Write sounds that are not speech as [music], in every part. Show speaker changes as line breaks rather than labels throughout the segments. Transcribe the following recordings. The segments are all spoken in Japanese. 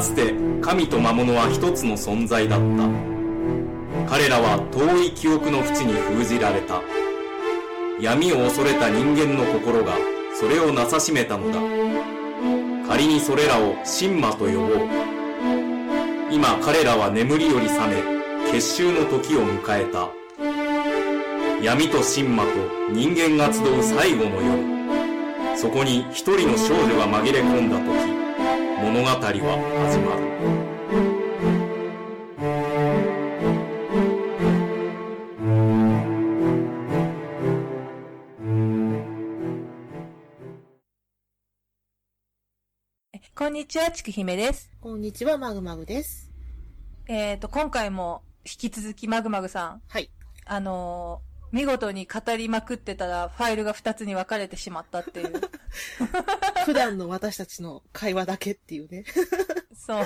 つて神と魔物は一つの存在だった彼らは遠い記憶の淵に封じられた闇を恐れた人間の心がそれをなさしめたのだ仮にそれらを神魔と呼ぼう今彼らは眠りより覚め結集の時を迎えた闇と神魔と人間が集う最後の夜そこに一人の少女が紛れ込んだ時物語は始まる
こんにちは、ちくひめです。
こんにちは、マグマグです。
えっ、と、今回も引き続きマグマグさん、
はい。
あのー見事に語りまくってたら、ファイルが2つに分かれてしまったって
[laughs]
いう。
普段の私たちの会話だけっていうね。
そう。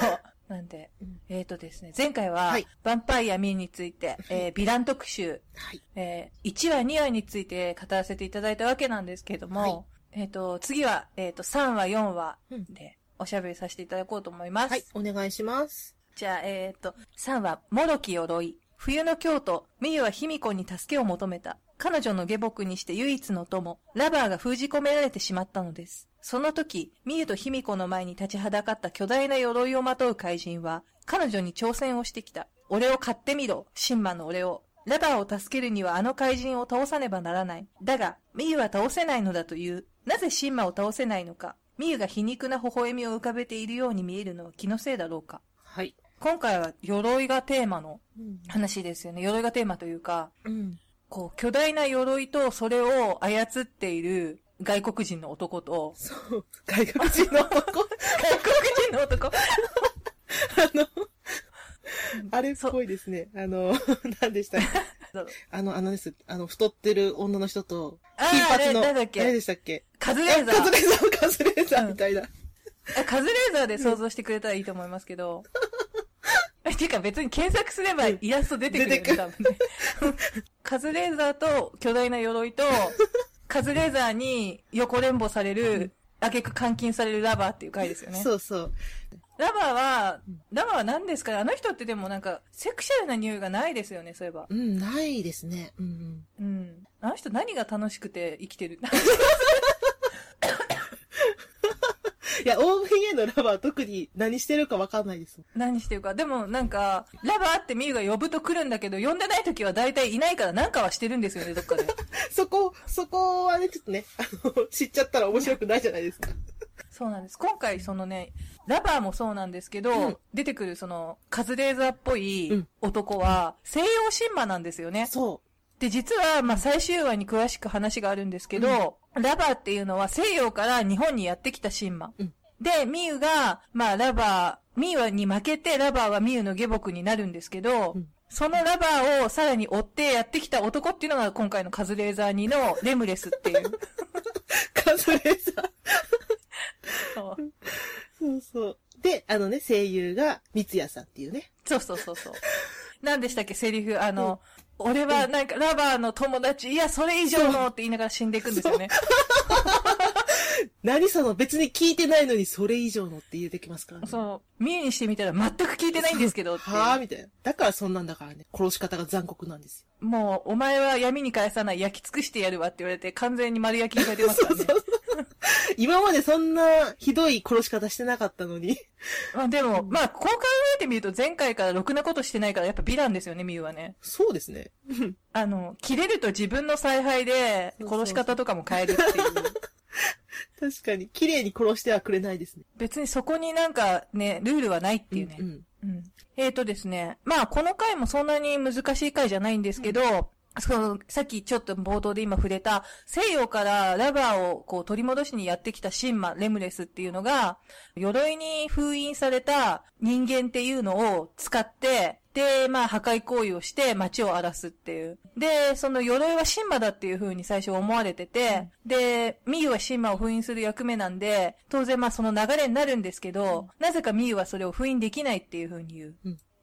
なんで
うん、
えっ、とですね、前回は、
は
ヴ
い
ァンパイアミーについ
[laughs]
て、えー、ヴィラン特集、
はい。
えー、1話、2話について語らせていただいたわけなんですけれども、
はい
えっ、と、次は、えっ、と、3話、4話
うん
でおしゃべりさせていただこうと思います。
はい、お願いします。
じゃあ、えっ、と、3は、もろき鎧。冬の京都、ミユは卑弥呼に助けを求めた。彼女の下僕にして唯一の友、ラバーが封じ込められてしまったのです。その時、ミユと卑弥呼の前に立ちはだかった巨大な鎧をまとう怪人は、彼女に挑戦をしてきた。俺を買ってみろ、シンマの俺を。ラバーを助けるにはあの怪人を倒さねばならない。だが、ミユは倒せないのだという。なぜシンマを倒せないのか。ミユが皮肉な微笑みを浮かべているように見えるのは気のせいだろうか。
はい。
今回は鎧がテーマの
うん。
話ですよね。鎧がテーマというか、
うん。
こう、巨大な鎧とそれを操っている外国人の男と、
そう。外国人
[laughs]
の男、
外国人の男
あの、あれっぽいですね。あの、 [laughs] 何でしたっけ
どう [laughs] ぞ
あの、あのです。あの、太ってる女の人と、
あー
金髪の、
あれ誰だっけ
でしたっけ
カズ
カ
レーザ
ズ
ー。
レーザー、カズレーザーみたいな。
あカズレーザーで想像してくれたらいいと思いますけ [laughs] ど。ていうか別に検索すればイラスト出てくるよね、
うん
多分ね。カズレーザーと巨大な鎧 [laughs] と、カズレーザーに横連呼される、あげく監禁されるラバーっていう回ですよね。
そうそう。
ラバーは
うん、
ラバーは何ですかねあの人ってでもなんか、セクシャルな匂いがないですよね、そういえば
う。ん、ないですね。うんう
う
ん。
ん。あの人何が楽しくて生きてる [laughs]
いや、大食いへのラバー特に何してるかわかんないです。
何してるか。でもなんか、ラバーってミユが呼ぶと来るんだけど、呼んでない時は大体いないからなんかはしてるんですよね、どっかで。
[laughs] そこ、そこはね、ちょっとね、あの、知っちゃったら面白くないじゃないですか。
そうなんです。今回そのね、ラバーもそうなんですけど、
うん
出てくるその、カズレーザーっぽ
う
い
ん
男は、西洋神魔なんですよね。
そ
で、実は、まあ、最終話に詳しく話があるんですけど、ラバーっていうのは西洋から日本にやってきた神魔。
うん
で、ミユが、まあ、ラバー、ミユに負けて、ラバーはミユの下僕になるんですけど、
うん
そのラバーをさらに追ってやってきた男っていうのが今回のカズレーザー2のレムレスって
[laughs]
いう。
う。カズレーザー。
そう
そうそう。で、あのね、声優が、三ツ矢さんっていうね。
そうそうそうそう。何でしたっけ、セリフ、あの、俺はなんかラバーの友達、いや、それ以上のって言いながら死んでいくんですよね。
何その、別に聞いてないのにそれ以上のって言うてきますからね。
そう。ミユにしてみたら全く聞いてないんですけどっていう
はぁ、みたいな。だからそんなんだからね、殺し方が残酷なんです
もう、お前は闇に返さない、焼き尽くしてやるわって言われて、完全に丸焼きにされて
よ。
ます [laughs] からね。
今までそんなひどい殺し方してなかったのに。
まあでも、まあ、こう考えてみると、前回からろくなことしてないから、やっぱ美談ですよね、ミユはね。
そうですね。
あの、切れると自分の采配で、
そうそうそう
殺し方とかも変えるっていう。
確かに、綺麗に殺してはくれないですね。
別にそこになんかね、ルールはないっていうね。
うん。
うんえーとですね、まあこの回もそんなに難しい回じゃないんですけど、その、さっきちょっと冒頭で今触れた、西洋からラバーをこう取り戻しにやってきたシンマ、レムレスっていうのが、鎧に封印された人間っていうのを使って、で、まあ破壊行為をして街を荒らすっていう。で、その鎧はシンマだっていう風に最初思われてて、で、ミユはシンマを封印する役目なんで、当然まあその流れになるんですけど、なぜかミユはそれを封印できないっていう風に言う。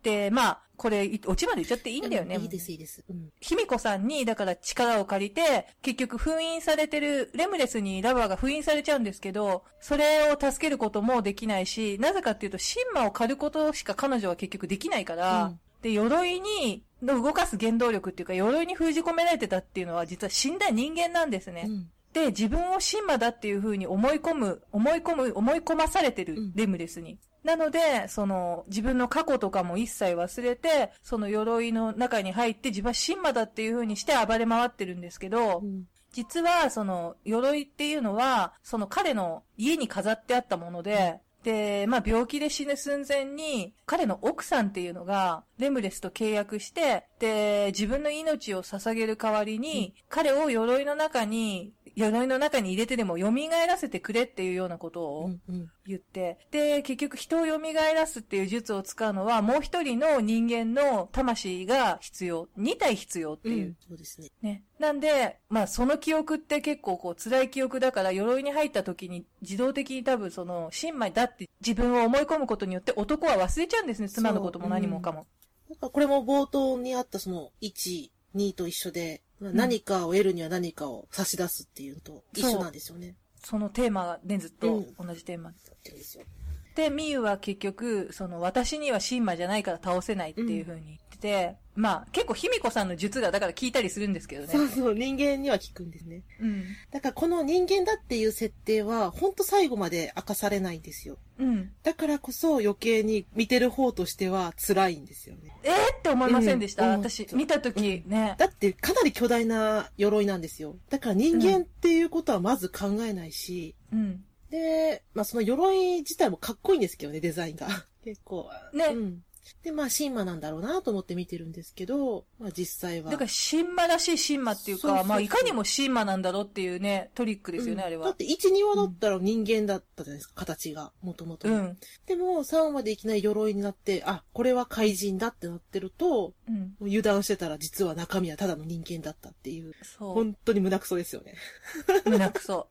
で、まあ、これ、い落ちまで言っちゃっていいんだよね。
いいです、いいです。うん。
卑弥呼さんに、だから力を借りて、結局封印されてる、レムレスにラバーが封印されちゃうんですけど、それを助けることもできないし、なぜかっていうと、神魔を狩ることしか彼女は結局できないから、
うん
で、鎧に、の動かす原動力っていうか、鎧に封じ込められてたっていうのは、実は死んだ人間なんですね。
うん。
で、自分を神魔だっていう風に思い込む、思い込む、思い込まされてる
うん、
レムレスに。なので、その、自分の過去とかも一切忘れて、その鎧の中に入って自分は神魔だっていう風にして暴れ回ってるんですけど、
うん
実は、その、鎧っていうのは、その彼の家に飾ってあったもので、で、まあ、病気で死ぬ寸前に、彼の奥さんっていうのが、レムレスと契約して、で、自分の命を捧げる代わりに、彼を鎧の中に、鎧の中に入れてでも蘇らせてくれっていうようなこと
う
を
んうん
言って、で、結局人を蘇らすっていう術を使うのは、もう一人の人間の魂が必要、2体必要って
う。
いうん
そうですね。
ね。なんで、まあその記憶って結構こう辛い記憶だから鎧に入った時に自動的に多分その新米だって自分を思い込むことによって男は忘れちゃうんですね。妻のことも何もかも。
なんかこれも冒頭にあったその1、2と一緒で、まあ何かを得るには何かを差し出すっていうのと一緒なんですよね。
そのテーマがね、ずっと同じテーマ。
そうってるんですよ。
で、ミユは結局、その私には新米じゃないから倒せないっていう風に言ってて、まあ結構卑弥呼さんの術がだから聞いたりするんですけどね。
そうそう、 [laughs] 人間には効くんですね。
うん。
だからこの人間だっていう設定は、ほんと最後まで明かされないんですよ。
うん。
だからこそ余計に見てる方としては辛いんですよね。
えー、って思いませんでした、
うん
私、見た時ね。
だってかなり巨大な鎧なんですよ。だから人間っていうことはまず考えないし、
うん。
で、まあその鎧自体もかっこいいんですけどね、デザインが。 [laughs] 結構。
ね
うん。で、まあ神魔なんだろうなと思って見てるんですけど、まあ実際は。
だから、神魔らしい神魔っていうか、
そうそうそう
まあ、いかにも神魔なんだろうっていうね、トリックですよね、
うん
あれ
だ
は
っ。て1、2話だったら人間だったじゃないですか、形が、もともと。
うん。
でも、3話までいきなり鎧になって、あ、これは怪人だってなってると、
うん。
もう油断してたら実は中身はただの人間だったっていう、
そう。
本当に胸くそですよね。
胸くそ。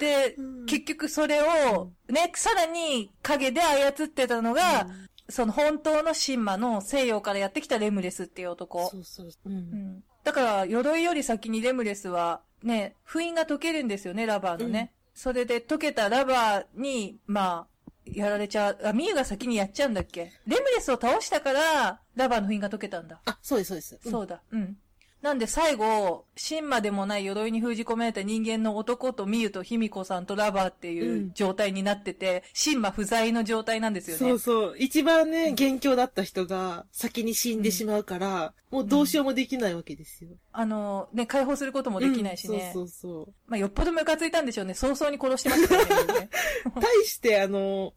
で、結局それを、ね、さらに影で操ってたのが、
うん
その本当の神魔の西洋からやってきたレムレスっていう男。
そうそう。う。
うんん。だから、鎧より先にレムレスは、ね、封印が解けるんですよね、ラバーのね。それで解けたラバーに、まあ、やられちゃう。あ、ミユが先にやっちゃうんだっけレムレスを倒したから、ラバーの封印が解けたんだ。
あ、そうです、そうです。
そううだ。うん。なんで最後、神魔でもない鎧に封じ込められた人間の男とミユと卑弥呼さんとラバーっていううん状態になってて、神魔不在の状態なんです
ん。
よ
そ
ね
う。そう。一番ね、元凶だった人が先に死んでしまうから、もうどうしようもできないわけですよ。
あの、ね、解放することもできないしね。
うんそうそう
まあ、よっぽどムカついたんでしょうね。早々に殺してましたからねミユね。 [laughs]
そう。対して、あの、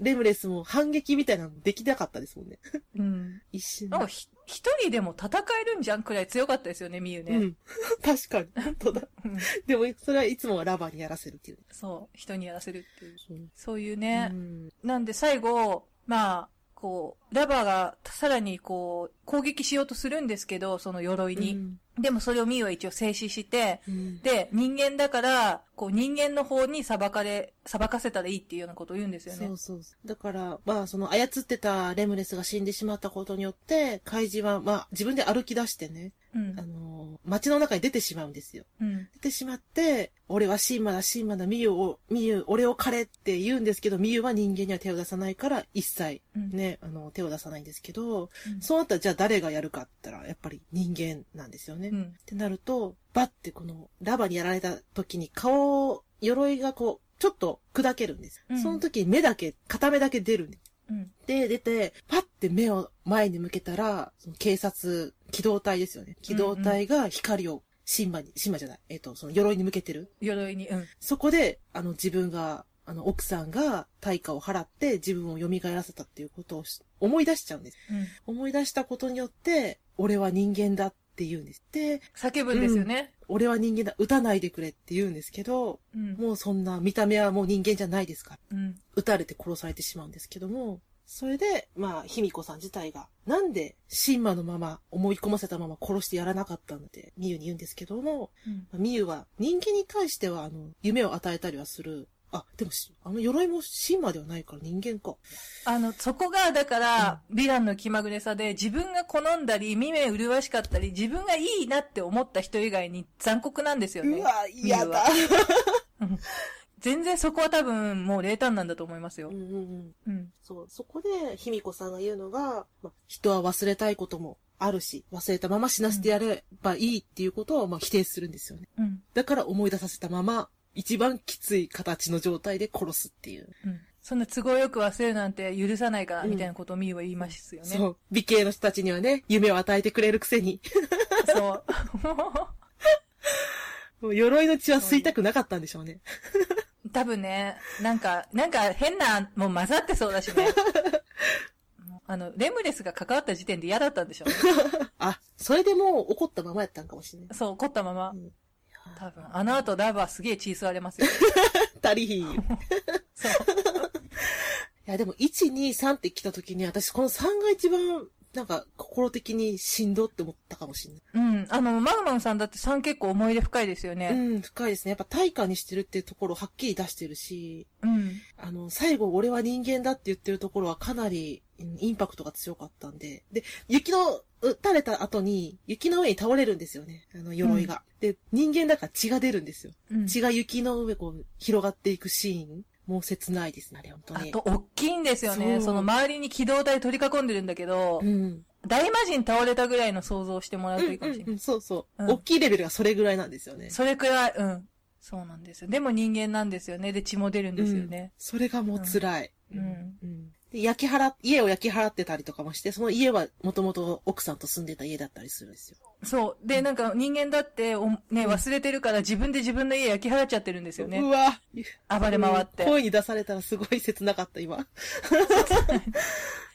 レムレスも反撃みたいなのできなかったですもんね。
うん。
一瞬で
なんかひ、一人でも戦えるんじゃんくらい強かったですよね、ミユ
う
ね。
ん。 [laughs] 確かに。本当だ。
うん
でも、それはいつもはラバーにやらせるっていう。
[laughs] そう、人にやらせるっていう。
そう
そういう
う
ね。
ん。
なんで最後、まあ、こう、ラバーがさらにこう、攻撃しようとするんですけど、その鎧に。でもそれをミユは一応静止して、
うん。
で、人間だから、こう人間の方に裁かれ、裁かせたらいいっていうようなことを言うんですよね
そ。うそうそう。だから、まあ、その、操ってたレムレスが死んでしまったことによって、怪人は、まあ、自分で歩き出してね、
うん
あ。のー街の中に出てしまうんですよ。
うん。
出てしまって、俺はシーマだ、シーマだ、ミユを、ミユ、俺を狩れって言うんですけど、ミユは人間には手を出さないから、一切、
うん。
ね、あの、手を出さないんですけど、
うん
そうなったら、じゃあ誰がやるかって言ったら、やっぱり人間なんですよね。
う
っ
ん。
てなると、バッてこの、ラバにやられた時に顔を、鎧がこう、ちょっと砕けるんです。
うん
その時に目だけ、片目だけ出るんです。
うん。
で、出て、パッて目を前に向けたら、その警察、機動隊ですよね。機動隊が光を、シンバに、シンバじゃない、えっ、と、その鎧に向けてる。
鎧に、うん。
そこで、あの、自分が、あの、奥さんが対価を払って自分を蘇らせたっていうことをし思い出しちゃうんです。
うん。
思い出したことによって、俺は人間だって言うんです。で、
叫ぶんですよね。
俺は人間だ、撃たないでくれって言うんですけど、
うん。
もうそんな見た目はもう人間じゃないですから。
うん。
撃たれて殺されてしまうんですけども、それで、まあ、卑弥呼さん自体が、なんで、神魔のまま、思い込ませたまま殺してやらなかったので、ミユに言うんですけども、
うん。
ミユは、人間に対しては、あの、夢を与えたりはするあ、でもし、あの鎧もシンマではないから人間か。
あの、そこが、だから、ヴィランの気まぐれさで、自分が好んだり、未明麗しかったり、自分がいいなって思った人以外に残酷なんですよね。
うわ、嫌だ。
全然そこは多分、もう冷淡なんだと思います
う
よ
ん。うんうん。
うん。
そう、そこで、卑弥呼さんが言うのが、まあ、人は忘れたいこともあるし、忘れたまま死なせてやればいいっていうことを、まあ、否定するんですよね。
うん。
だから思い出させたまま、一番きつい形の状態で殺すっていう。
うん。そんな都合よく忘れるなんて許さないから、
うん
みたいなことをミウは言いますよね。
そう。美形の人たちにはね、夢を与えてくれるくせに、 [laughs]
そう。 [laughs]
もう鎧の血は吸いたくなかったんでしょうね。
多分ね、なんか、なんか変な、もう混ざってそうだ
[laughs]
しね。あの、レムレスが関わった時点で嫌だったんでしょうね。
あ、それでもう怒ったままやったんかもしれない。 [laughs]
そう、怒ったまま
う。ん
多分、あの後ラバーすげえ血吸われ
[laughs]
ますよ。
足りひんよ。
そう。
いや、でも、1、2、3って来た時に、私、この3が一番、なんか、心的にしんどって思ったかもしれない。
うん。あの、マウマンさんだって3結構思い出深いですよね。
うん、深いですね。やっぱ、対価にしてるっていうところをはっきり出してるし、
うん。
あの、最後、俺は人間だって言ってるところはかなり、うんインパクトが強かったんで。で、雪の、打たれた後に、雪の上に倒れるんですよね。あの、鎧が。で、人間だから血が出るんですよ。
うん。
血が雪の上、こう、広がっていくシーン。もう切ないですね、あれ、本当
あ
に。
と、大きいんですよね。
そう
その周りに機動隊取り囲んでるんだけど、
うん。
大魔神倒れたぐらいの想像をしてもらうといいかもしれない。
うんうんうんそうそう、
うん
大きいレベルがそれぐらいなんですよね。
それくらい、うん。そうなんですよ。でも人間なんですよね。で、血も出るんですよね。
それがもう辛い。
うんうん
で焼き払、家を焼き払ってたりとかもして、その家はもともと奥さんと住んでた家だったりするんですよ。
そう。で、なんか人間だってお、ね、忘れてるから自分で自分の家焼き払っちゃってるんですよ
う
ね。
わ
暴れ回って。
声に出されたらすごい切なかった、
[laughs]
今。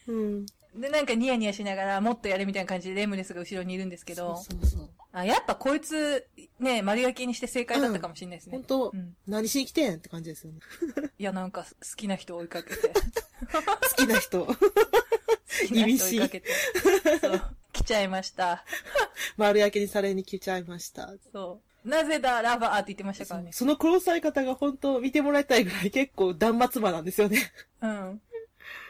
うん。
で、なんかニヤニヤしながら、もっとやれみたいな感じでレムレスが後ろにいるんですけど、
そうそうそう。
あやっぱこいつ、ね、丸焼きにして正解だったかもしれないですね
本。当、
うん。
何しに来てんって感じですよね。
いや、なんか好きな人を追いかけ
[laughs]
て。
好きな人、 [laughs]
好きな人を追いかけて。そう。来ちゃいました。
丸焼けにされに来ちゃいました。
そう。なぜだ、ラバーって言ってましたからね。
その殺され方が本当見てもらいたいぐらい結構断末魔なんですよね。
うん。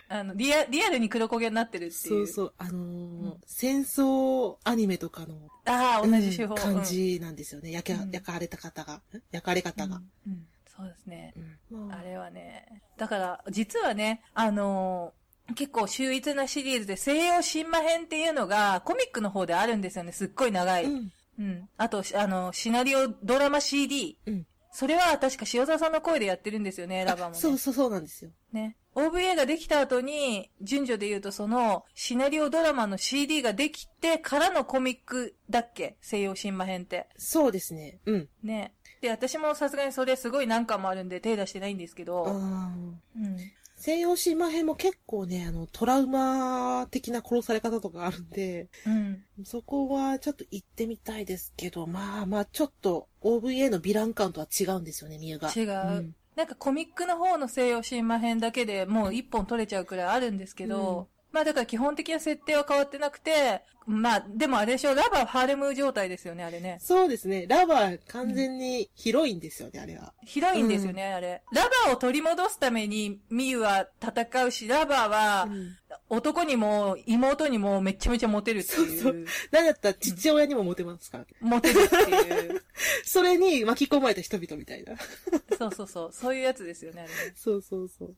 あの、リアリアルに黒焦げになってるって
そ
いう。
うそう、あのー
ん
戦争アニメとかの、
ああ、同じ手
う
法。
ん感じなんですよね。焼け、
うん
焼かれた方が、ん焼かれ
うん
方が。
うんうんそうですね。
うんま
あれはね。だから、実はね、あのー結構秀逸なシリーズで、西洋神魔編っていうのが、コミックの方であるんですよね。すっごい長い。
うん。
うん。あと、しあの、シナリオドラマ CD。
うん
それは確か塩沢さんの声でやってるんですよね、ラバーも、
あ
ね。
そうそうそうなんですよ。
ね。OVA ができた後に、順序で言うとその、シナリオドラマの CD ができてからのコミックだっけ西洋神魔編って。
そうですね。うん。
ね。で、私もさすがにそれすごい何巻もあるんで手出してないんですけど。
あ
うん。
ー西洋神魔編も結構ね、あの、トラウマ的な殺され方とかあるんで、
うん。
そこはちょっと行ってみたいですけど、まあまあ、ちょっと OVA のヴィラン感とは違うんですよね、ミユが。
違うなんかコミックの方の西洋神魔編だけでもう一本取れちゃうくらいあるんですけど、まあだから基本的な設定は変わってなくて、まあでもあれでしょ、ラバーハーレム状態ですよね、あれね。
そうですね。ラバー完全に広いんですよね、あれは。
ひどいんですよね、あれ。ラバーを取り戻すためにミユは戦うし、ラバーは
うん
男にも妹にもめちゃめちゃモテるっていう。
そうなんだったら父親にもモテますからね。
モテるって
[laughs]
いう。
それに巻き込まれた人々みたいな。 [laughs]
そうそうそう。そういうやつですよね、あれね。
そうそうそう。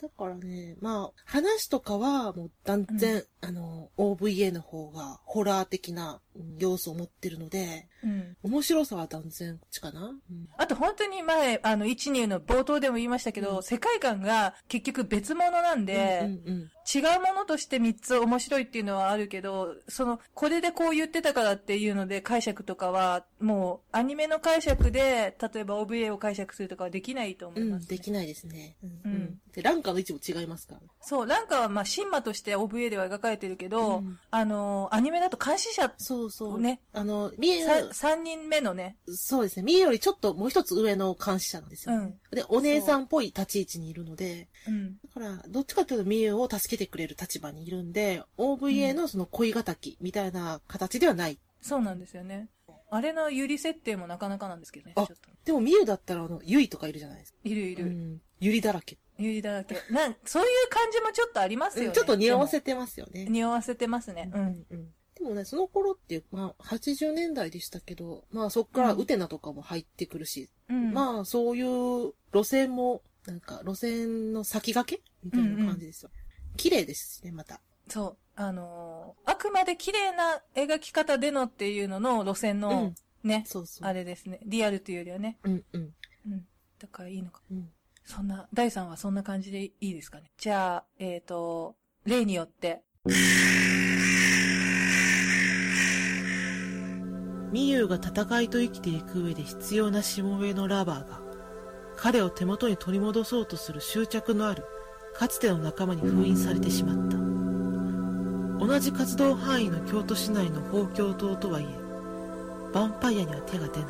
だからね、まあ、話とかはもう断然、あの、OVA の方がホラー的なうん要素を持ってるので、
うん。
面白さは断然こっちかな、うん
あと本当に前、あの、一入の冒頭でも言いましたけど、
うん
世界観が結局別物なんで、
うんうん
違うものとして3つ面白いっていうのはあるけど、その、これでこう言ってたからっていうので解釈とかは、もう、アニメの解釈で、例えば OVA を解釈するとかはできないと思
う
い
ん、う
ま
ん
す、ね
できないですね。うん
うん
で、ランカの位置も違いますからね。
そう、ランカはまあ、シンマとして OVA では描かれてるけど、
うん
あのー、アニメだと監視者、
そうそう。
ね。
あの、ミエ、
3人目のね、
そうですね。ミエよりちょっともう一つ上の監視者なんです
う
よ、
ん、
で、お姉さんっぽい立ち位置にいるので、
うん、
だから、どっちかというと、ミユを助けてくれる立場にいるんで、OVA のその恋敵みたいな形ではない。
そうなんですよね。あれのユリ設定もなかなかなんですけどね。ちょ
あ
っと。
でも、ミユだったら、あの、ユイとかいるじゃないですか。
いるいる。
うん。ユリだらけ。
ユリだらけ。なん、そういう感じもちょっとありますよね。
ちょっと匂わせてますよ
で
ね
も。。匂わせてますね。うん。
うんでもね、その頃って、まあ、80年代でしたけど、まあ、そっからウテナとかも入ってくるし、
うん。あ、
まあ、そういう路線も、なんか、路線の先駆けみたいな感じですよ。綺麗ですしね、また。
そう。あのーあくまで綺麗な描き方でのっていうのの路線
う
の
ん。
ね、
そうそう。
あれですね。リアルというよりはね。
うん、うん、
うん。だからいいのか。
うん。
そんな、第3はそんな感じでいいですかね。じゃあ、えっ、と、例によって、
ミユが戦いと生きていく上で必要なしもべのラバーが、彼を手元に取り戻そうとする執着のある、かつての仲間に封印されてしまった。同じ活動範囲の京都市内の宝鏡島とはいえ、ヴァンパイアには手が出ない。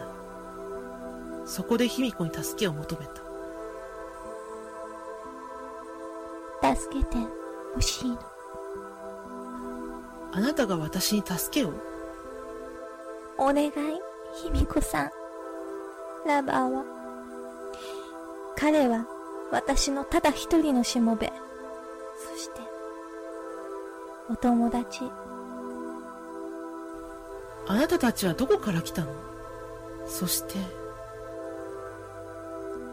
そこで卑弥呼に助けを求めた。
助けてほしいの
あなたが私に助けを
お願い卑弥呼さんラバーは彼は私のただ一人のしもべそしてお友達
あなたたちはどこから来たのそして、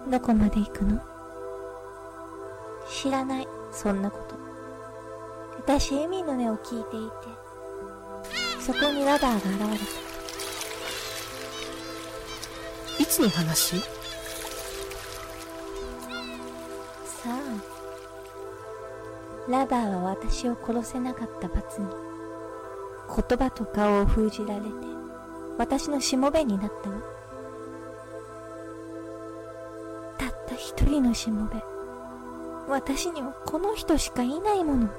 どこまで行くの知らないそんなこと私海の音を聞いていてそこにラバーが現れ
いつの話
たさあラバーは私を殺せなかった罰に言葉と顔を封じられて私のしもべになったわたった一人のしもべ私にはこの人しかいないもの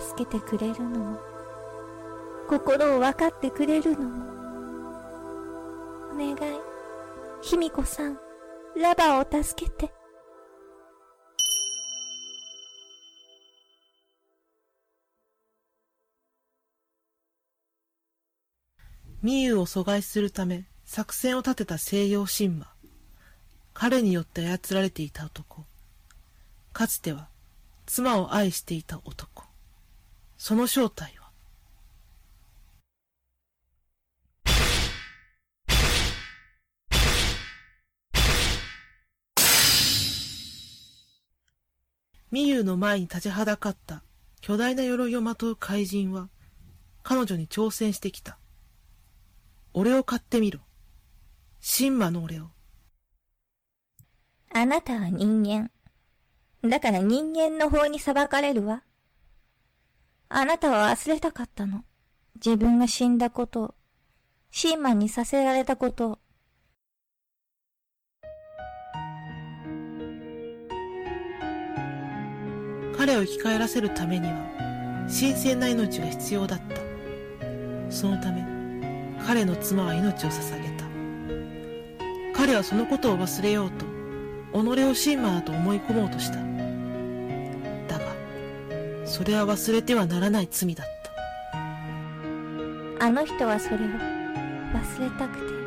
助けてくれるのも心を分かってくれるのもお願い卑弥呼さんラバーを助けて
ミユを阻害するため作戦を立てた西洋神魔彼によって操られていた男かつては妻を愛していた男その正体はミユの前に立ちはだかった巨大な鎧をまとう怪人は彼女に挑戦してきた俺を買ってみろ。シンマの俺を。
あなたは人間。だから人間の方に裁かれるわ。あなたは忘れたかったの。自分が死んだことを。シーマンにさせられたことを。
彼を生き返らせるためには、新鮮な命が必要だった。そのため、彼の妻は命を捧げた。彼はそのことを忘れようと、己をシンマだと思い込もうとした。だが、それは忘れてはならない罪だった。
あの人はそれを忘れたくて。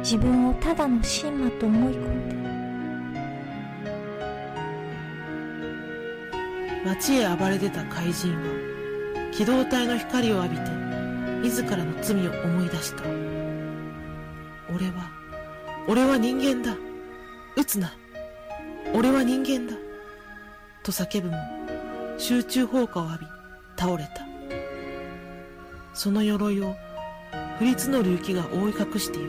自分をただのシーマと思い込んで。
街へ暴れ出た怪人は機動隊の光を浴びて自らの罪を思い出した俺は俺は人間だ撃つな俺は人間だと叫ぶも集中砲火を浴び倒れたその鎧を降り募る雪が覆い隠してゆ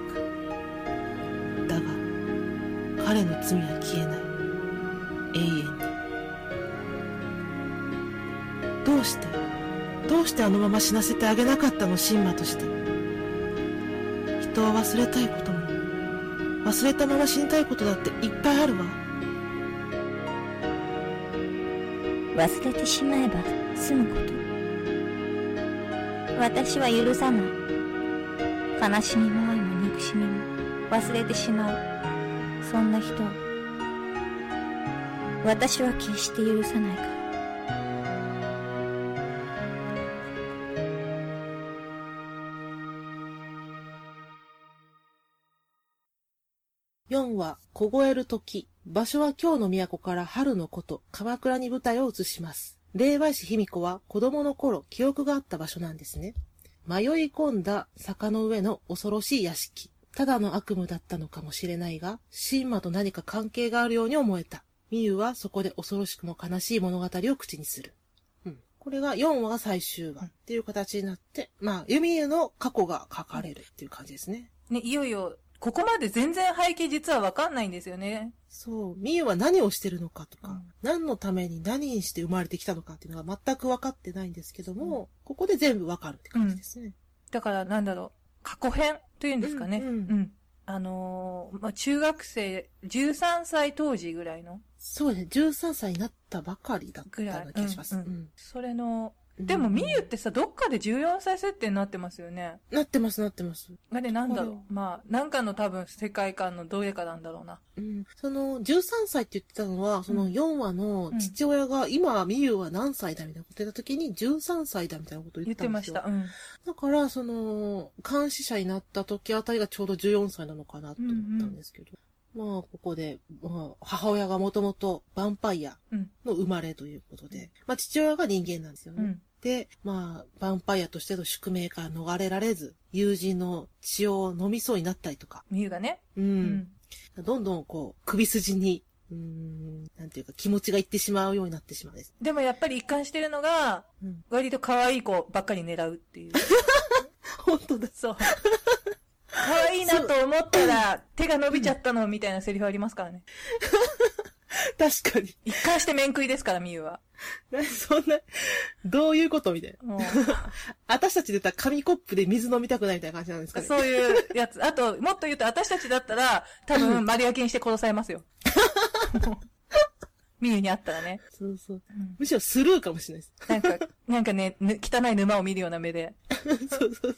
くだが彼の罪は消えない永遠にどうしてどうしてあのまま死なせてあげなかったのシンマとして人は忘れたいことも忘れたまま死にたいことだっていっぱいあるわ
忘れてしまえば済むこと。私は許さない。悲しみも愛も憎しみも忘れてしまう。そんな人を私は決して許さないから。
凍える時。場所は京の都から春のこと、鎌倉に舞台を移します。霊媒師卑弥呼は子供の頃記憶があった場所なんですね。迷い込んだ坂の上の恐ろしい屋敷。ただの悪夢だったのかもしれないが、神魔と何か関係があるように思えた。ミユはそこで恐ろしくも悲しい物語を口にする。うん。これが4話が最終話っていう形になって、まあ、ユミユの過去が書かれるっていう感じですね。
ね、いよいよ、ここまで全然背景実はわかんないんですよね。
そう、ミユは何をしてるのかとか、
うん
何のために何にして生まれてきたのかっていうのが全く分かってないんですけども、ここで全部分かるって感じですね。
だから、なんだろう、過去編というんですかね。
う
うんん、う
う
んんあのーまあ、中学生、13歳当時ぐらいの、
そうですね、13歳になったばかりだったような気がします。
ぐらいうん
うん
それの、でも、みゆってさ、どっかで14歳設定になってますよね。
なってます、なってます。
がね、なんだ
こ
ろう。まあ、なんかの多分世界観のどれかなんだろうな。
うん、その、13歳って言ってたのは、その
うん
4話の父親が、今、みゆは何歳だみたいなこと言った時に、13歳だみたいなこと言
言
っ
ってて
たん
ま
です
し
よ。
た。うん。
だから、その、監視者になった時あたりがちょうど14歳なのかなと思ったんですけど。まあ、ここで、まあ、母親がもともとヴァンパイアの生まれということで、まあ、父親が人間なんですよ
う
ね。
ん。
で、まあ、ヴァンパイアとしての宿命から逃れられず、友人の血を飲みそうになったりとか、
みゆがね。
う。。
うん
どんどんこう、首筋に、うーん、なんていうか気持ちがいってしまうようになってしまうんです。
でもやっぱり一貫してるのが、
うん
割と可愛い子ばっかり狙うっていう。
[laughs] 本当だ。
そう。可愛いなと思ったら、手が伸びちゃったの、みたいなセリフありますからね。
確かに。 [laughs]
一貫して面食いですから、みゆは。
なそんな、どういうことみたいな。 [laughs]
も
私たちで言ったら紙コップで水飲みたくないみたいな感じなんですか
う、
ね。
そういうやつ。あと、もっと言うと、私たちだったら、多分、丸焼きにして殺され
[laughs]
ますよ。みゆに会ったらね。
そうそう。
うん
むしろスルーかもしれないです。
なんか、なんかね、ぬ汚い沼を見るような目で。
そうそうそう。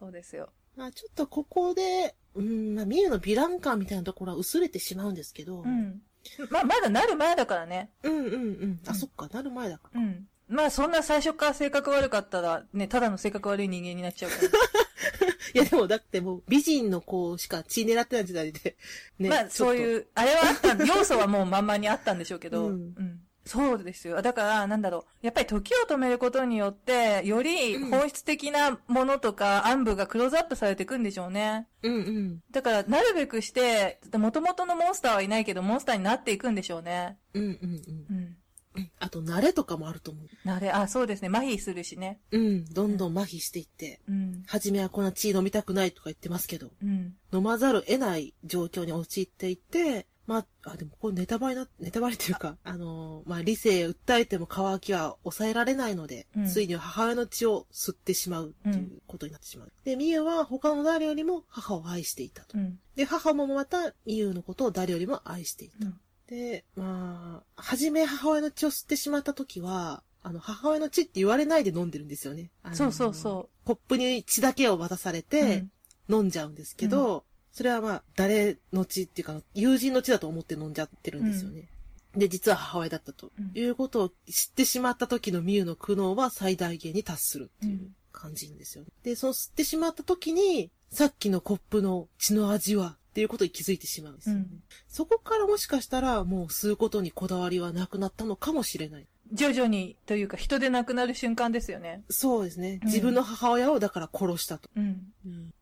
そうですよ。
まあちょっとここで、うん、まあ、ミユのヴィラン感みたいなところは薄れてしまうんですけど、
う、ん。ま、まだなる前だからね。
うんうんうん。あ、
うん
そっか、なる前だから。
うん。まあそんな最初から性格悪かったら、ね、ただの性格悪い人間になっちゃうから。 [laughs]
いやでもだってもう美人の子しか血狙ってない時代で、ね。
まあそう
う。
いう、あれはあった、 [laughs] 要素はもうまんまにあったんでしょうけど、
う
うんん、そうですよ。だから、なんだろう。やっぱり時を止めることによって、より本質的なものとか暗部がクローズアップされていくんでしょうね。
うんうん。
だから、なるべくして、元々のモンスターはいないけど、モンスターになっていくんでしょうね。
うんうんうん。
うん。
あと、慣れとかもあると思う。
なれ、あ、そうですね。麻痺するしね。
うん。どんどん麻痺していって、
うん。
初めはこんな血飲みたくないとか言ってますけど、
うん。
飲まざるを得ない状況に陥っていて、まあ、あ、でもこれネタバレな、ネタバレっていうか、あ [laughs] のー、まあ、理性を訴えても渇きは抑えられないので、
うん
ついには母親の血を吸ってしまうっていうことになってしまう。で、ミユは他の誰よりも母を愛していたと。
うん。
で、母もまたミユのことを誰よりも愛していた。
うん
で、まあ、初め母親の血を吸ってしまった時は、あの、母親の血って言われないで飲んでるんですよね。あのー
そうそうそう。
コップに血だけを渡されて、
うん
飲んじゃうんですけど、それはまあ、誰の血っていうか、友人の血だと思って飲んじゃってるんですよね。で、実は母親だったと、
うん
いうことを知ってしまった時のミユの苦悩は最大限に達するっていう
うん
感じなんですよね。で、その吸ってしまった時に、さっきのコップの血の味は、っていうことに気づいてしまうんですよね。
うん
そこからもしかしたら、もう吸うことにこだわりはなくなったのかもしれない。
徐々にというか人で亡くなる瞬間ですよね。
そうですね。
うん
自分の母親をだから殺したと。
うん。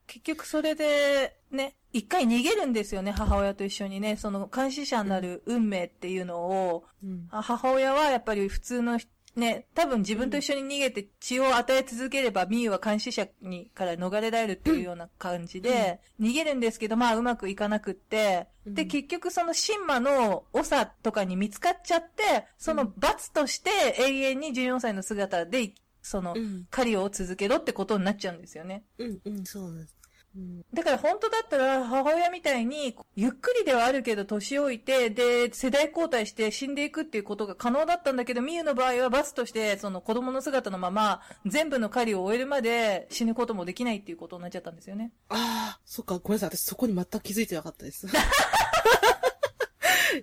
結局それで、ね、一回逃げるんですよね、母親と一緒にね。その監視者になる運命っていうのを、
うん
あ母親はやっぱり普通のひ、ね、多分自分と一緒に逃げて血を与え続ければ、ミーは監視者にから逃れられるっていうような感じで、逃げるんですけど、まあうまくいかなくって、
う
で、
ん
結局そのシンマの長とかに見つかっちゃって、その罰として永遠に14歳の姿で生き、その、
うん。
狩りを続けろってことになっちゃうんですよね。
うん、うん、そうなんです。うん、
だから本当だったら母親みたいに、ゆっくりではあるけど年老いて、で、世代交代して死んでいくっていうことが可能だったんだけど、ミユの場合は罰として、その子供の姿のまま、全部の狩りを終えるまで死ぬこともできないっていうことになっちゃったんですよね。
ああ、そっか、ごめんなさい。私そこに全く気づいてなかったです。 [laughs]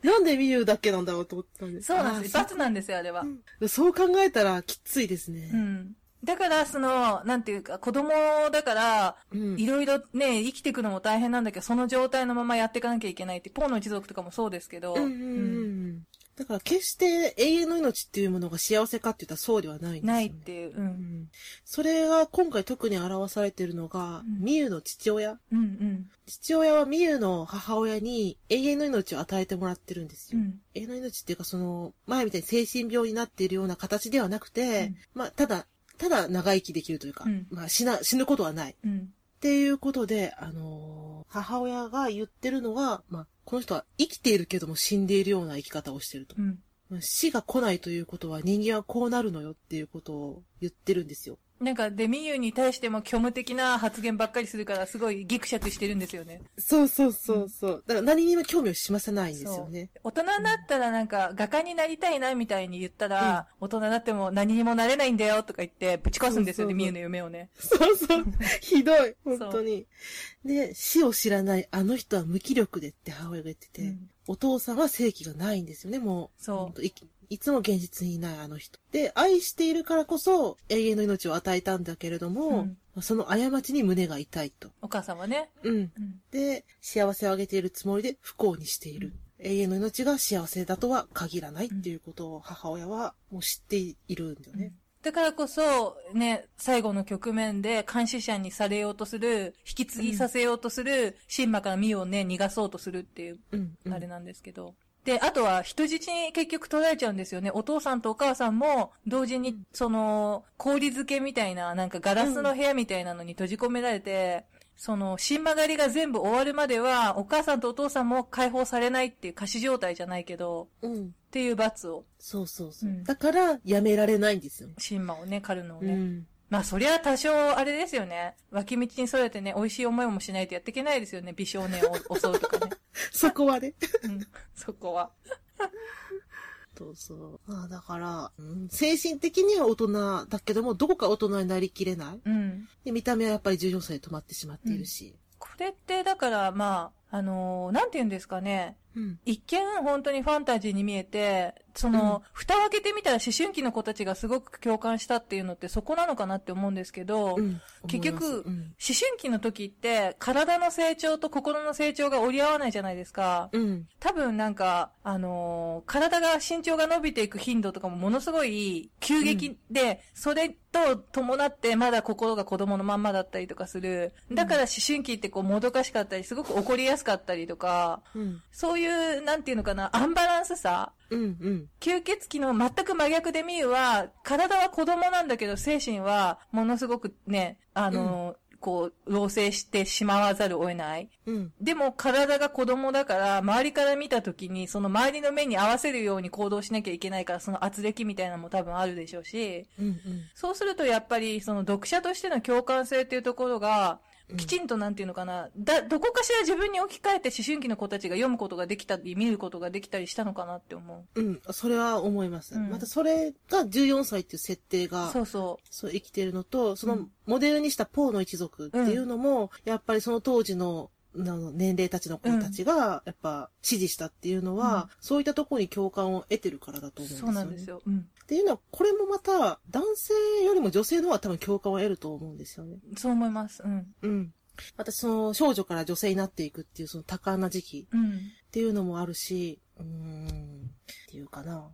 なんでミユだけなんだろうと思ってたんです
そうなんですよ。
あー
罰なんですよ、あれは。
そうそう考えたらきついですね。
うん。だから、その、なんていうか、子供だから、
うん
いろいろね、生きていくのも大変なんだけど、その状態のままやっていかなきゃいけないって、ポーの一族とかもそうですけど、
うんうんうんうん。だから決して永遠の命っていうものが幸せかって言ったらそうではないんですよ、ね。
ないっていう、う。
うんん。それが今回特に表されているのが、
うん
ミユの父親。
うんうん。
父親はミユの母親に永遠の命を与えてもらってるんです
う
よ。
ん。
永遠の命っていうかその、前みたいに精神病になっているような形ではなくて、まあ、ただ、ただ長生きできるというか、
うん
まあ死な、死ぬことはない。
うん。
っていうことで、あのー母親が言ってるのは、まあ、この人は生きているけども死んでいるような生き方をしてると。
うん。
まあ死が来ないということは人間はこうなるのよっていうことを言ってるんですよ。
なんか、デミユーに対しても虚無的な発言ばっかりするから、すごいギクシャクしてるんですよね。
そうそうそうそう。だから何にも興味を示さないんですよね。
大人になったらなんか、画家になりたいなみたいに言ったら、大人になっても何にもなれないんだよとか言って、ぶち壊すんですよね、
そうそうそう
ミユの夢をね。
そうそう。ひどい。本当に。で、死を知らないあの人は無気力でって母親が言ってて、
うん
お父さんは正気がないんですよね、もう。
そう
ほんといきいつも現実にいないあの人。で、愛しているからこそ永遠の命を与えたんだけれども、その過ちに胸が痛いと。
お母さんはね。
うん。
うん
で、幸せをあげているつもりで不幸にしている。永遠の命が幸せだとは限らないっていうことを母親はもう知っているんだよね。
だからこそ、ね、最後の局面で監視者にされようとする、引き継ぎさせようとする、シンマからミユをね、逃がそうとするっていう、
うん。うん
あれなんですけど。で、あとは人質に結局取られちゃうんですよね。お父さんとお母さんも同時に、その、氷漬けみたいな、なんかガラスの部屋みたいなのに閉じ込められて、その、新曲がりが全部終わるまでは、お母さんとお父さんも解放されないっていう仮死状態じゃないけど、
うん。
っていう罰を、
そうそうそう。
うん
だから、やめられないんですよ。
新馬をね、狩るのを
う
ね。
ん。 [laughs]
まあ、そりゃ多少、あれですよね。脇道にそれてね、美味しい思いもしないとやっていけないですよね。美少年を襲うとかね。
そこはね。
うん、 [laughs] そこは。
そうそう。まあだから、うん精神的には大人だけども、どこか大人になりきれない。
うん。
で見た目はやっぱり14歳で止まってしまっているし。
これって、だから、まあ、あのーなんて言うんですかね。
うん。
一見本当にファンタジーに見えて、その、蓋を開けてみたら思春期の子たちがすごく共感したっていうのってそこなのかなって思うんですけど、
う
思
ん
結局
思いますうん。
春期の時って体の成長と心の成長が折り合わないじゃないですか。
うん。
多分なんか、あのー体が身長が伸びていく頻度とかもものすごい急激で、それと伴ってまだ心が子供のまんまだったりとかする。だから思春期ってこうもどかしかったり、すごく怒りやすかったりとか、
うん。
そういう、なんていうのかな、アンバランスさ
うん。うん。
吸血鬼の全く真逆でミユは、体は子供なんだけど、精神はものすごくね、あのーこう、老成してしまわざるを得ない。
うん。
でも体が子供だから、周りから見た時に、その周りの目に合わせるように行動しなきゃいけないから、その圧力みたいなのも多分あるでしょうし、
うん。
そうするとやっぱり、その読者としての共感性っていうところが、
うん
きちんとなんていうのかな、だ、どこかしら自分に置き換えて思春期の子たちが読むことができたり、見ることができたりしたのかなって思
うん。それは思います。
うん
またそれが14歳っていう設定
う。
が、
そうそ
そう生きているのと、そうの
ん
モデルにしたポーの一族っていうのも、やっぱりその当時の、あの年齢たちの子たちが、やっぱ、支持したっていうのは、そういったところに共感を得てるからだと
う。
思うんですよ、
そうなんです。よ。うん。
っていうのは、これもまた、男性よりも女性の方が多分共感を得ると思うんですよね。
そう思います。うん。
うん。またその、少女から女性になっていくっていう、その多感な時期
うん。
っていうのもあるし、うーん、っていうかな。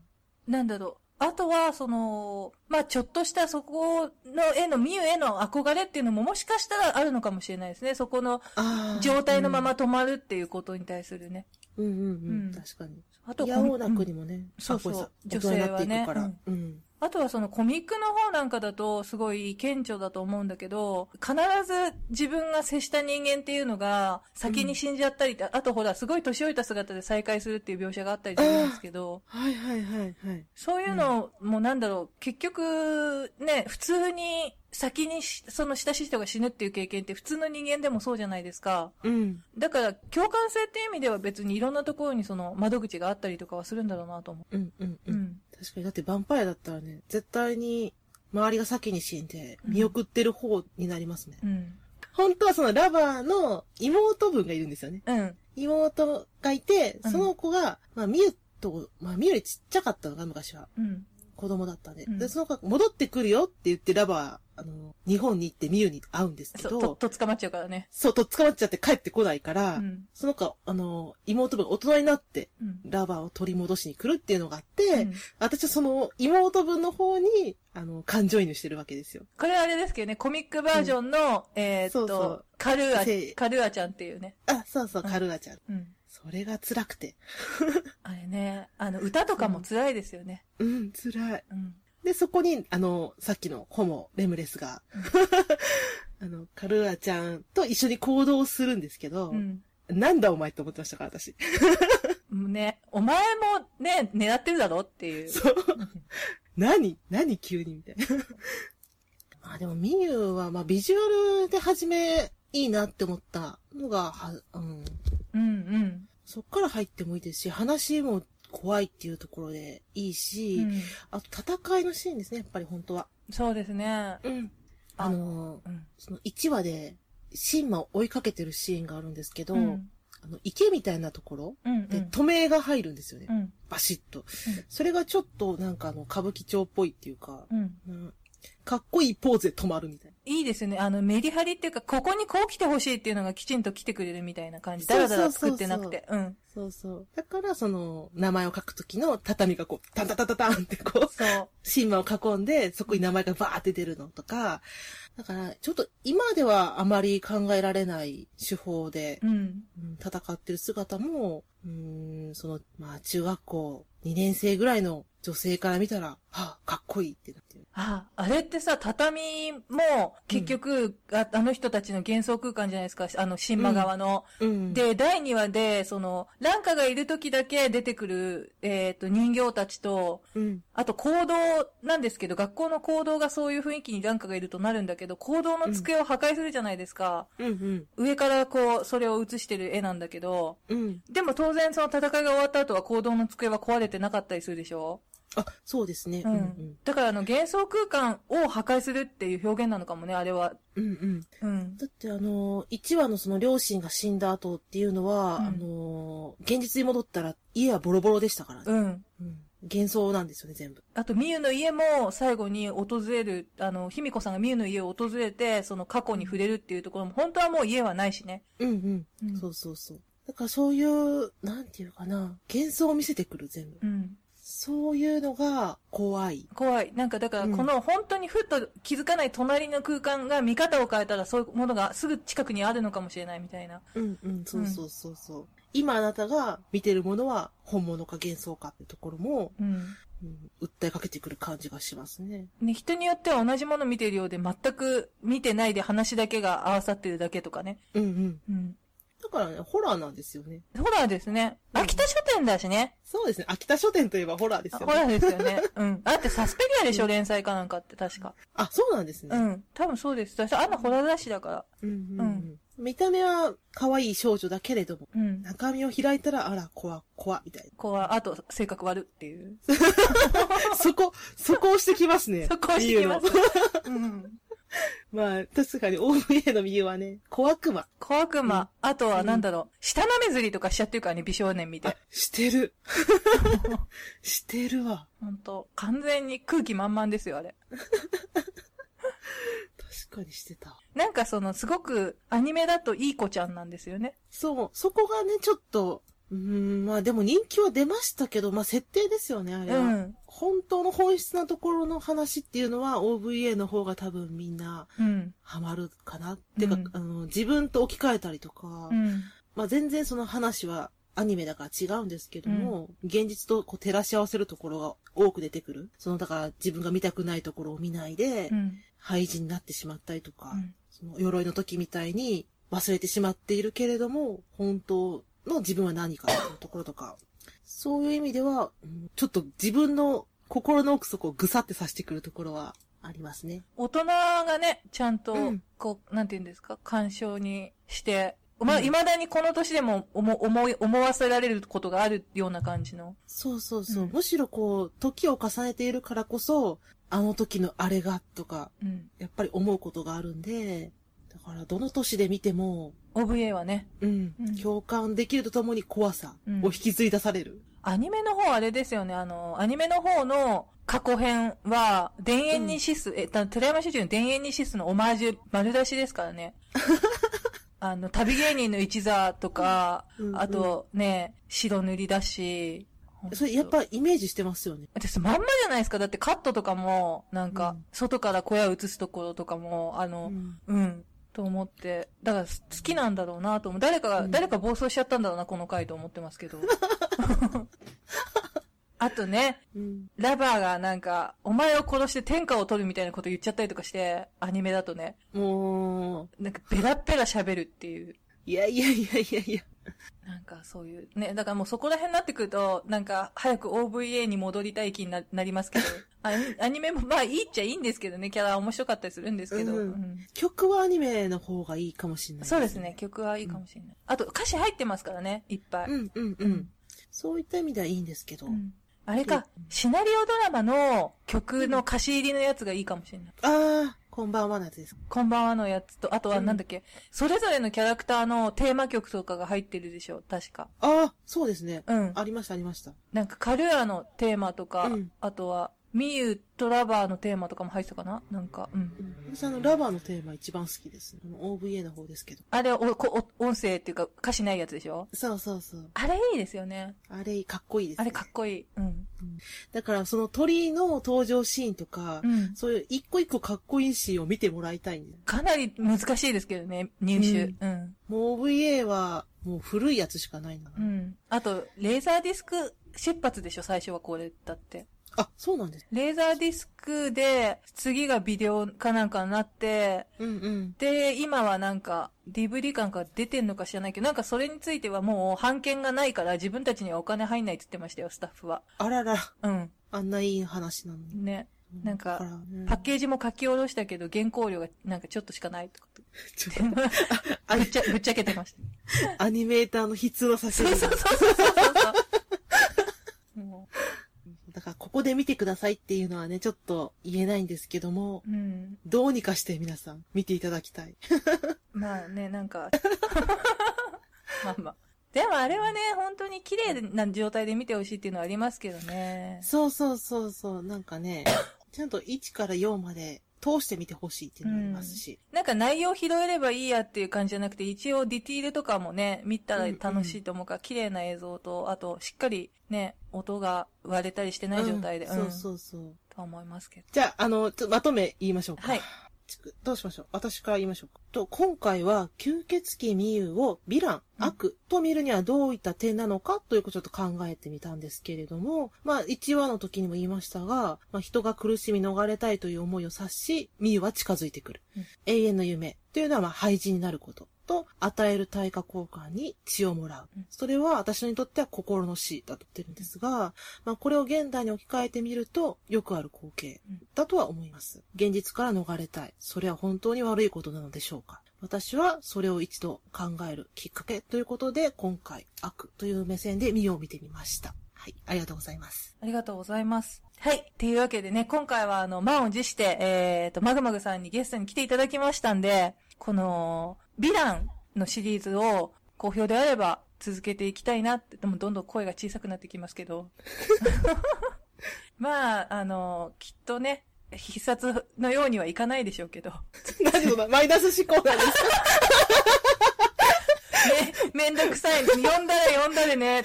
なんだろう。あとは、その、まあ、ちょっとしたそこの絵の、ミユへの憧れっていうのももしかしたらあるのかもしれないですね。そこの
あー
状態のまま、止まるっていうことに対するね。
うん、うんうんうん、
うん
確かに。
あと、
ヤオな
う
国
ん
もね、
そうそう
女性はね。大人になっていくから
女性はね。
うん。
あとはそのコミックの方なんかだとすごい顕著だと思うんだけど、必ず自分が接した人間っていうのが先に死んじゃったりって、あとほら、すごい年老いた姿で再会するっていう描写があったりするんですけど、
はいはいはいはい。
そういうのもなんだろう、結局、ね、普通に先にしその親しい人が死ぬっていう経験って普通の人間でもそうじゃないですか。
うん。
だから共感性っていう意味では別にいろんなところにその窓口があったりとかはするんだろうなと思
うんうん
う。
う。
うんん。
確かに、だってヴァンパイアだったらね、絶対に、周りが先に死んで、
うん
見送ってる方になりますね。
うん。
本当はそのラバーの妹分がいるんですよね。
うん。
妹がいて、
うん
その子が、まあ、ミュと、まあ、ミュよりちっちゃかったのが昔は。
うん。
子子供だったんで。
うん
で、その子が戻ってくるよって言ってラバー、あの、日本に行ってミユに会うんですけ
そう、とっ
ど、
と捕まっちゃうからね。
そう、とっ捕まっちゃって帰ってこないから、
うん。
その子は、あの、妹分大人になって、
うん。
ラバーを取り戻しに来るっていうのがあって、
うん
私はその妹分の方に、あの、感情移入してるわけですよ。
これあれですけどね、コミックバージョンの、えーっと
そうそう
カルア
せい、
カルアちゃんっていうね。
あ、そうそう、
うん
カルガちゃん。
うん。
それが辛くて。
あれね、あの、歌とかも辛いですよね。
うん、辛い。
うん。
で、そこに、あの、さっきのホモ、レムレスが、 [laughs] あの、カルガちゃんと一緒に行動するんですけど、
うん。
なんだお前って思ってましたから、私。
もうね、お前もね、狙ってるだろっていう。
そう。何何急にみた [laughs] いな。あ、でも、ミユは、まあ、ビジュアルで始め、いいなって思ったのが、は、うん。
うん
そっから入ってもいいですし、話も怖いっていうところでいい
うん。
し、
うん、
あと戦いのシーンですね、やっぱり本当は。
そうですね。
うん。あのー、
うん。
その1話で、シンマを追いかけてるシーンがあるんですけど、
うん。
あの、池みたいなところ
うん。
で、止めが入るんですよね。
うん。
バシッと。それがちょっと、なんかあの、歌舞伎町っぽいっていうか、
うん。
うんかっこいいポーズで止まるみたいな。
いいですよね。あの、メリハリっていうか、ここにこう来てほしいっていうのがきちんと来てくれるみたいな感じ。
そ
だ
うそ
ら
うそ
だ
う
ら作
そう
ってなくて。うん。
そうそう。だから、その、名前を書くときの畳がこう、タンタタタタンってこう、 [laughs]
そう。
シンマを囲んで、そこに名前がバーって出るのとか、だから、ちょっと今ではあまり考えられない手法で、
うん。
うん戦ってる姿も、うーん、その、まあ、中学校2年生ぐらいの女性から見たら、はあ、かっこいいってなってる。
あ、あれってさ、畳も、結局、あ、あの人たちの幻想空間じゃないですか、あの、新馬側の。
うん。、
で、第2話で、その、ランカがいる時だけ出てくる、えっ、と、人形たちと、
うん。
あと行動なんですけど、学校の行動がそういう雰囲気にランカがいるとなるんだけど、行動の机を破壊するじゃないですか。
うん、うん。
上からこう、それを映してる絵なんだけど、
うん。
でも当然その戦いが終わった後は行動の机は壊れてなかったりするでしょ
あ、そうですね。
う
うんん、うん。
だからあの幻想空間を破壊するっていう表現なのかもね、あれは。
うん、うん。
うん。
だってあのー、1話のその両親が死んだ後っていうのは、
うん
あのー、現実に戻ったら家はボロボロでしたからね。
うん。
うん。幻想なんですよね、全部。
あと、ミユの家も最後に訪れる、あの、卑弥呼さんがミユの家を訪れて、その過去に触れるっていうところも、本当はもう家はないしね。
うん、うん。
うん
そうそうそう。だからそういう、なんていうかな、幻想を見せてくる、全部。
うん。
そういうのが怖い。
怖い。なんか、だから、
うん
この、本当にふっと気づかない隣の空間が見方を変えたら、そういうものがすぐ近くにあるのかもしれないみたいな。
うんうん、そうそうそうそう。今あなたが見てるものは本物か幻想かってところも、
うん。
うん、訴えかけてくる感じがしますね。
ね、人によっては同じもの見てるようで、全く見てないで話だけが合わさってるだけとかね。
うんうん。
うん。
だからね、ホラーなんですよね。
ホラーですね。
うん
秋田書店だしね。
そうですね。秋田書店といえばホラーです
あ
よ
ホラ
ね。
ーですよね。うん。
[laughs]
あってサスペリアでしょ、連載かなんかって確か。
あ、そうなんですね。
うん。多分そうです。私、アナホラー雑誌だから。
うんうん
う
うん見た目は可愛い少女だけれども、
うん。
中身を開いたら、あら、怖、怖、みたい
こうは、あと、性格悪っていう。 [laughs]
な。そこ、そこをしてきますね。
そこをしてきま
理由
す
の。。
うん。
まあ、確かに OVA の理由はね、小悪魔。
小悪魔、
うん
あとはなんだろう、舌なめずりとかしちゃってるからね、美少年見て
あ。、し
[laughs]
てる。してるわ。
ほんと、完全に空気満々ですよ、あれ。
確かにしてた。
なんかその、すごく、アニメだといい子ちゃんなんですよね。
そう、そこがね、ちょっと、うーん、まあでも人気は出ましたけど、まあ設定ですよね、あれ
う
は。
ん。
本当の本質なところの話っていうのは OVA の方が多分みんな
うん。
ハマるかな。ってか、
うん
あの、自分と置き換えたりとか、
うん。
まあ全然その話はアニメだから違うんですけども、現実とこう照らし合わせるところが多く出てくる。そのだから自分が見たくないところを見ないで、
うん。
廃人になってしまったりとか、
うん
その鎧の時みたいに忘れてしまっているけれども、本当の自分は何かっていうところとか、そういう意味では、うんちょっと自分の心の奥底をぐさってさしてくるところはありますね。
大人がね、ちゃんと
うん、
こう、なんて言うんですか、干渉にして、まあ、
うん
未だにこの年でも思、思い、思わせられることがあるような感じの。
そうそうそう。
うん
むしろこう、時を重ねているからこそ、あの時のあれがとか、
うん。
やっぱり思うことがあるんで、だからどの年で見ても、
OVA はね。
うん
うん
共感できるとともに怖さを引き継いだされる。
アニメの方あれですよね、あの、アニメの方の過去編は、田園にシス、え、た寺山修司の田園にシスのオマージュ丸出しですから
[laughs]
ね。あの、旅芸人の一座とか、
うんうん
あとね、白塗りだし。
それやっぱイメージしてますよね。
です、まんまじゃないですか。だってカットとかも、なん
う
か
ん、
外から小屋映すところとかも、あの、
うん
うん。と思って。だから、す好きなんだろうなと思う。誰かが、
うん
誰か暴走しちゃったんだろうな、この回と思ってますけど。 [laughs] あとね、
うん
ラバーがなんか、お前を殺して天下を取るみたいなこと言っちゃったりとかして、アニメだとね、
もう、
なんかベラッベラ喋るっていう。
いやいやいやいやいや。
なんかそういう、ね、だからもうそこら辺になってくると、なんか早く OVA に戻りたい気にななりますけど、アニアニメもまあいいっちゃいいんですけどね、キャラ面白かったりするんですけど、
うん
うん
曲はアニメの方がいいかもしれない、
そうですね。。曲はいいかもしれない。あと、歌詞入ってますからね、いっぱい。
うんうんうん。そういった意味ではいいんですけど。
うんあれか
うん、
シナリオドラマの曲の歌詞入りのやつがいいかもしれない。
ああ、こんばんはなんです。
こんばんはのやつと、あとは
うん
なんだっけ、それぞれのキャラクターのテーマ曲とかが入ってるでしょ、確か。
ああ、そうですね。
うん。
ありましたありました。
なんか、カルーアのテーマとか、
うん
あとは、ミユとラバーのテーマとかも入ってたかななんか、うん。
うん私あの、ラバーのテーマ一番好きです、ね。あの OVA の方ですけど。
あれはおこお音声っていうか、歌詞ないやつでしょ
そうそうそう。
あれいいですよね。
あれ、かっこいいです、ね。
あれかっこいい。うん。
だから、その鳥の登場シーンとか、
うん。
そういう一個一個かっこいいシーンを見てもらいたいんで
かなり難しいですけどね、入手。うん。
もう OVA は、もう古いやつしかないんだな。
うん。あと、レーザーディスク出発でしょ、最初はこれだって。
あ、そうなんです。
レーザーディスクで、次がビデオかなんかになって、
うんうん。
で、今はなんか、DVD 感が出てんのか知らないけど、なんかそれについてはもう、版権がないから自分たちにはお金入んないって言ってましたよ、スタッフは。
あらら、
うん。
あんないい話なのに。
ね。なんか
だらうん
パッケージも書き下ろしたけど、原稿料がなんかちょっとしかないとかって。
ちょっあ
ぶっちゃ、ぶっちゃけてました。
とアニメーターの必要な作
そう
品。
そうそうそうそうそう。も
だから、ここで見てくださいっていうのはね、ちょっと言えないんですけども、
う、うん。
どうにかして皆さん、見ていただきたい。
まあね、なんか。 [laughs] まあまあ。でもあれはね、本当に綺麗な状態で見てほしいっていうのはありますけどね。
そうそうそうそう、なん
[coughs]
かね、ちゃんと1から4まで通してみてほしいっていうのもありますし。
なんか内容拾えればいいやっていう感じじゃなくて、一応ディティールとかもね、見たら楽しいと思うから、綺麗な映像と、あと、しっかりね、音が割れたりしてない状態で、
うん
うん
そうそうそう。
とは思いますけど。
じゃあ、あの、ちょっとまとめ言いましょうか。
はい。
ちくどうしましょう私から言いましょうか。と、今回は、吸血鬼ミユをヴィラン、
うん
悪と見るにはどういった点なのかということをちょっと考えてみたんですけれども、まあ、1話の時にも言いましたが、まあ、人が苦しみ逃れたいという思いを察し、ミユは近づいてくる。
うん
永遠の夢というのは、まあ、廃人になること。と、与える対価交換に血をもらう
うん。
それは私にとっては心の死だと言ってるんですが、まあこれを現代に置き換えてみると、よくある光景だとは思います。現実から逃れたい。それは本当に悪いことなのでしょうか私はそれを一度考えるきっかけということで、今回、悪という目線で見ようを見てみました。はい、ありがとうございます。
ありがとうございます。はい。っていうわけでね、今回はあの、満を持して、えっ、と、マグマグさんにゲストに来ていただきましたんで、この、ヴィランのシリーズを好評であれば続けていきたいなって、でもどんどん声が小さくなってきますけ [laughs] ど。まあ、あの、きっとね、必殺のようにはいかないでしょうけど、
[laughs] 何そのマイナス思考なんです
[laughs] め、めんどくさい。呼んだら呼んだでね。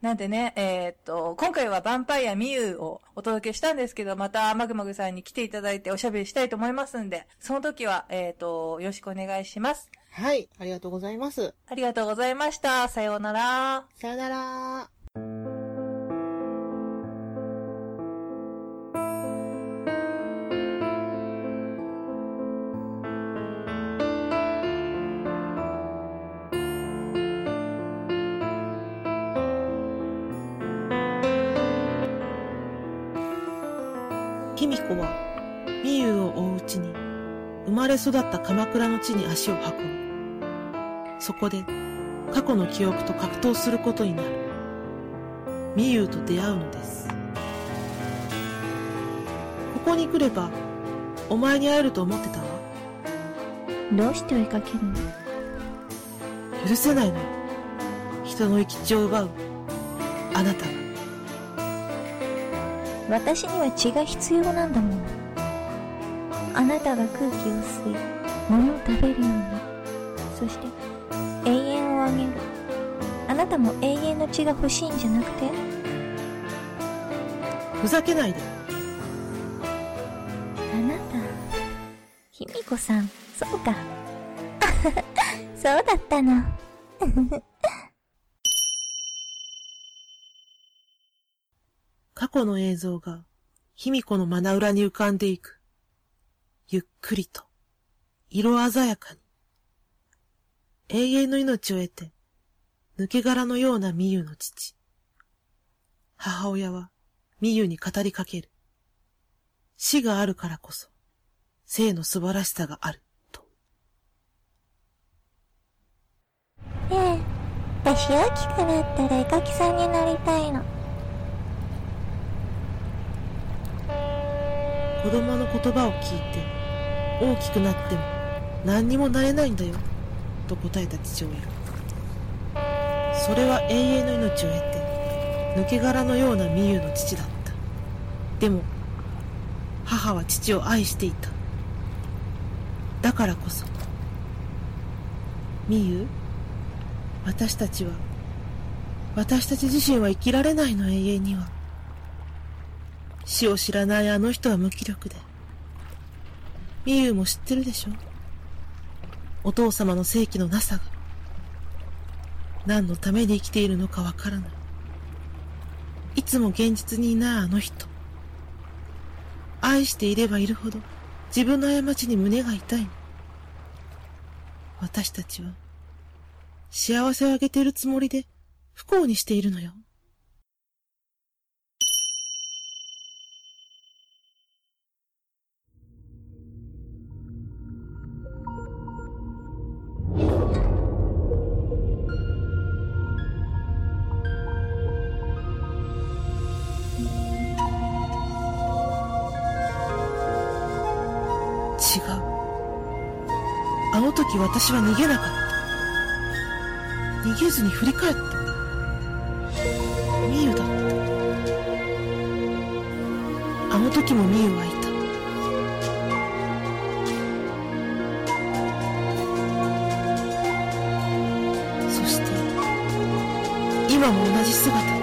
なんでね、えーっと、今回はヴァンパイアミユをお届けしたんですけど、またマグマグさんに来ていただいておしゃべりしたいと思いますんで、その時は、えーっと、よろしくお願いします。
はい、ありがとうございます。
ありがとうございました。さようなら。
さよなら。卑弥呼は美優を追ううちに生まれ育った鎌倉の地に足を運ぶそこで過去の記憶と格闘することになる美優と出会うのですここに来ればお前に会えると思ってたわ
どうして追いかけるの
許せないのよ人の生き血を奪うあなたが
私には血が必要なんだもんあなたが空気を吸い物を食べるようにそして永遠をあげるあなたも永遠の血が欲しいんじゃなくて
ふざけないで。
あなた、ひみこさん、そうか。 [laughs] そうだったの。
過去の映像が、卑弥呼の真裏に浮かんでいく。ゆっくりと、色鮮やかに。永遠の命を得て、抜け殻のような美優の父。母親は、美優に語りかける。死があるからこそ、生の素晴らしさがある、と。
ねえ、私秋からあったら絵描きさんになりたいの。
子供の言葉を聞いて、大きくなっても何にもなれないんだよ、と答えた父親。それは永遠の命を得て、抜け殻のようなミユの父だった。でも、母は父を愛していた。だからこそ、ミユ、私たちは、私たち自身は生きられないの永遠には。死を知らないあの人は無気力で。ミユも知ってるでしょお父様の正気のなさが。何のために生きているのかわからない。いつも現実にいないあの人。愛していればいるほど自分の過ちに胸が痛いの。私たちは幸せをあげているつもりで不幸にしているのよ。違う。あの時私は逃げなかった。逃げずに振り返った。ミユだった。あの時もミユはいた。そして、今も同じ姿。